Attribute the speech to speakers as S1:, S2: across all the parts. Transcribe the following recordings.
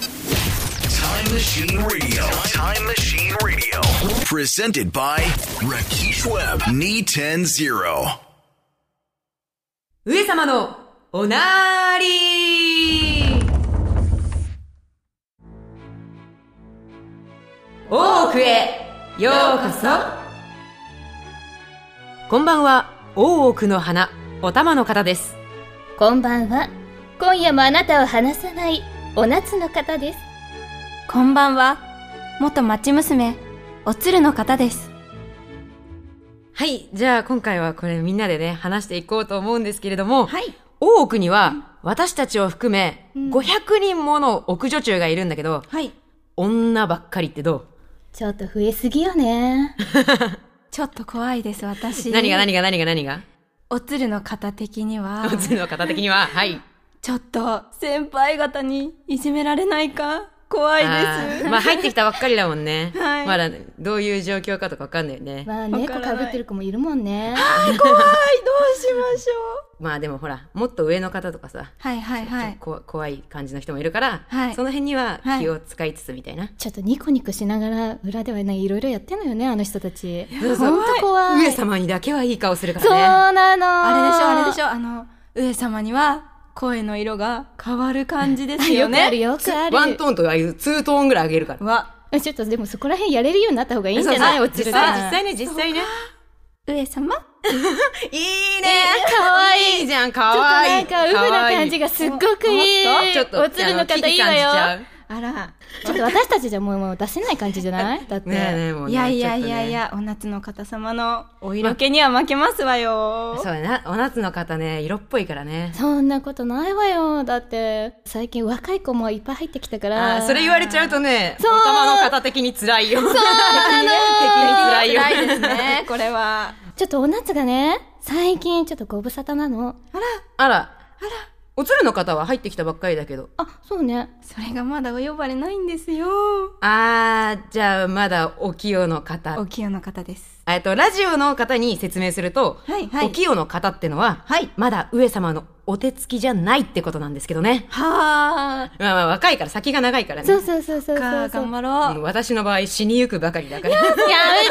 S1: Time Machine Radio. Time Machine Radio. Presented by Rakesh Webb. Knee 10 0.
S2: 上様のおなーり大奥へようこそこんばんは大奥の花お玉の方です
S3: こんばんは。今夜もあなたを離さないお夏の方です。
S4: こんばんは。元町娘、おつるの方です。
S2: はいじゃあ今回はこれみんなでね話していこうと思うんですけれども、
S3: い。
S2: 大奥には私たちを含め500人もの奥女中がいるんだけど、
S4: はい。
S2: 女ばっかりってど
S3: ちょっと増えすぎ よね。
S4: ちょっと怖いです、
S2: う
S4: 私。
S2: 何が何が何が何が
S4: おつるの方的には、
S2: おつるの方的にははい
S4: ちょっと、先輩方にいじめられないか、怖いで
S2: あー
S4: す。
S2: まあ入ってきたばっかりだもんね。
S4: はい
S2: まだどういう状況かとかわかんないよね。
S3: まあ、
S4: わか
S3: 猫
S4: らな
S3: か
S4: い
S3: ぶってる子もいるもんね。
S4: はい、どうしましょう。
S2: まあでもほら、もっと上の方とかさ、
S4: はいはいはい。
S2: こわ怖い感じの人もいるから、
S4: はい
S2: その辺には
S4: はい
S2: 気を使いつつみたいな。
S3: ちょっとニコニコしながら裏ではね、いろいろやってんのよね、あの人たち。
S2: そうそう
S3: ほんと怖い。
S2: 上様にだけはいい顔するか
S3: そう
S2: らね。
S3: なの。
S4: あれでしょ、あれでし
S3: ょ。
S4: ょ、あの、上様には、声の色が変わる感じですよ
S3: よく
S4: ね。
S3: あるよくある。
S2: ワントーンとかああいうツートーンぐらい上げるから。
S4: わ、
S3: ちょっとでもそこら辺やれるようになった方がいいんじゃ
S2: そう
S3: な
S2: そ
S3: いう落ちる
S2: 実
S3: か
S2: 際
S3: ら
S2: 実際ね、実際ね。
S4: 上様
S2: いいね可愛いいじゃん、
S3: ちょっ
S2: 可
S3: とな
S2: 愛い
S3: んかウブな感じがすっごくいい。
S2: 可愛いちょっと、
S3: おつるの方いいわ
S2: あの危機感じ
S3: よ。
S2: ちゃう
S4: あら。
S3: ちょっと私たちじゃもうもう出せない感じじゃないだって。
S2: ねえねえもうね
S4: いやいやいや
S2: ち
S4: い
S2: ょっ
S4: や、お夏の方様のお色気には負けますわよ。
S2: とねそうだな、お夏の方ね、色っぽいからね。
S3: そんなことないわよ。だって、最近若い子もいっぱい入ってきたから。
S2: あーそれ言われちゃうとね、お
S3: そう
S2: 玉の方的に辛いよ。そうなの
S4: 辛
S2: 的に辛いよ。
S4: いですね、これは。
S3: ちょっとお夏がね、最近ちょっとご無沙汰なの。
S2: あら、あら、おつるの方は入ってきたばっかりだけど。
S3: あ、そうね。
S4: それがまだお呼ばれないんですよ。
S2: あー、じゃあまだお清の
S4: お
S2: 方。
S4: 清の方です。
S2: えっと、ラジオの方に説明すると、
S4: はいはい
S2: お清の方ってのは、
S4: はい
S2: まだ上様のお手つきじゃないってことなんですけどね。
S4: は
S2: まあまあ若いから先が長いからね。
S3: そうそうそうそうそうそう。
S4: あ。か、
S3: や
S4: 頑張
S2: う
S4: ろ
S2: ん
S4: う。
S2: 私の場合死にゆくばかりだから。
S3: めて
S4: 言わない
S3: ち
S4: で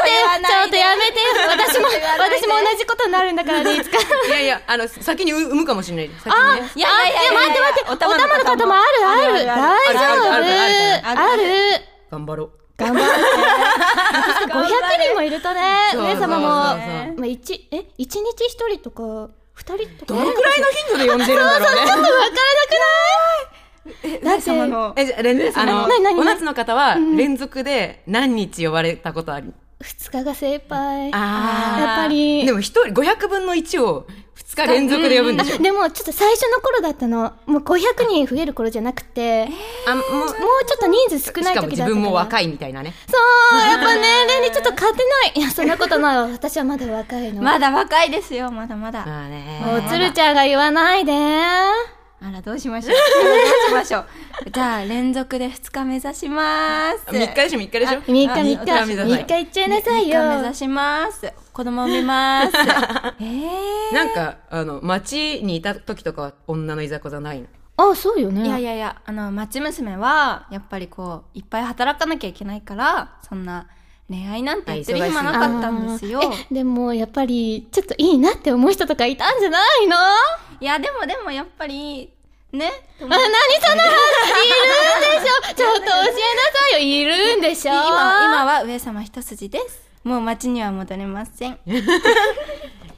S3: ょっとやめて私も、
S4: 言わないで
S3: 私も同じことになるんだからね、いつか。
S2: いやいや、あの、先に産むかもしれない。先にね。
S4: いやいやいや
S3: あ待って待って、
S4: お
S3: お
S4: 玉
S3: 玉の
S4: の方も
S3: 方もあるある。
S4: あ
S3: 大
S2: る
S3: 丈夫。
S2: あ
S3: あ
S2: る
S3: る
S4: あるあるあるあるある。
S2: 頑張ろう。
S3: 頑張って。500人もいるとね、
S2: そう
S3: 上様も、
S2: そうそうそう
S3: まあ、一、え、一日一人とか、二人と
S2: ど
S3: か。
S2: のくらいの頻度で呼んでるんだろうね。
S4: え、何様の。
S2: え、じゃあ、れねあの
S3: なになにな、に
S2: お夏の方は、連続で何日呼ばれたことあり。
S3: 二日が精一杯。
S2: あ
S3: ーやっぱり
S2: でも一人、500分の1を2日連続で呼ぶんでしょ。
S3: でもちょっと最初の頃だったのもう500人増える頃じゃなくて、
S2: あ、も
S3: もうちょっと人数
S2: う、
S3: 少
S2: し
S3: ない
S2: かも
S3: 時
S2: 自
S3: だったか
S2: 分
S3: ら
S2: も若いみたいなね。
S3: そうやっぱ年齢にちょっと勝てないいやそんなことないわ 私はまだ若いの、
S4: まだ若いですよ、まだまだ。
S2: まあね。
S3: もうつるちゃんが言わないで
S4: あら、どうしましょう。どうしましょう。じゃあ、連続で2日目指します。
S2: 3日でしょ、3日でしょ。
S3: 3日
S4: あ
S3: 3日
S2: お手紙ださい
S3: 3日行っちゃいなさいよ
S4: 目指します。子供産みます。ええ
S2: なんか、あの、街にいた時とかは女のいざこざないの。
S3: あそうよね
S4: いやいやいや、あの、町娘は、やっぱりこう、いっぱい働かなきゃいけないから、そんな、恋愛なんて言ってる暇なかったんですよ。
S3: えでもやっぱりちょっといいなって思う人とかいたんじゃないのあ
S4: いや、でもでもやっぱり、ね。
S3: 何その話いるんでしょちょっと教えなさいよいるんでしょ
S4: 今、今は上様一筋です。もう町には戻れません。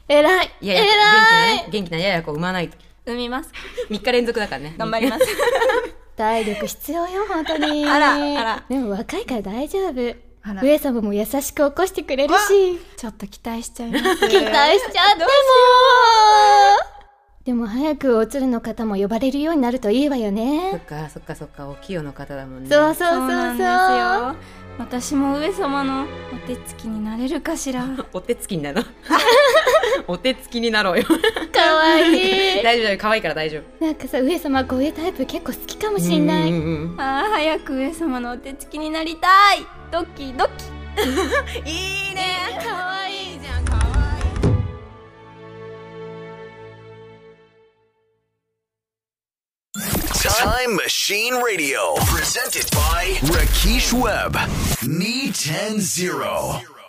S3: えらい
S2: いやいや、
S3: え
S2: 元気
S3: ら
S2: ないね、元気なややこ産まないと。
S4: 産 みます。
S2: 3日連続だからね。
S4: 頑張ります。
S3: 体力必要よ本当に
S4: あらあら
S3: でも若いから大丈夫
S4: あら
S3: 上様も優しく起こしてくれるし
S4: ちょっと期待しちゃいます。
S3: 期待しちゃってもうでも早くおつるの方も呼ばれるようになるといいわよ
S2: そっ
S3: ね
S2: か、そっか、そっか、お清の方だもんね。
S3: そうそう
S4: そう
S3: そうそう
S4: なんですよ。私も上様のお手つきになれるかし ら。
S2: お手つきになろう。お手つきになろうよ。
S3: かわいい
S2: 大丈夫、可愛いから大丈夫。
S3: なんかさ上様こういうタイプ結構好きかもしんない
S2: うんうんうん
S4: ああ、早く上様のお手つきになりたいドキドキ
S2: いいね。
S4: かわいいじゃん、かわい
S1: Time Time Machine Radio. Presented by Rakesh Webb. Knee 10 0.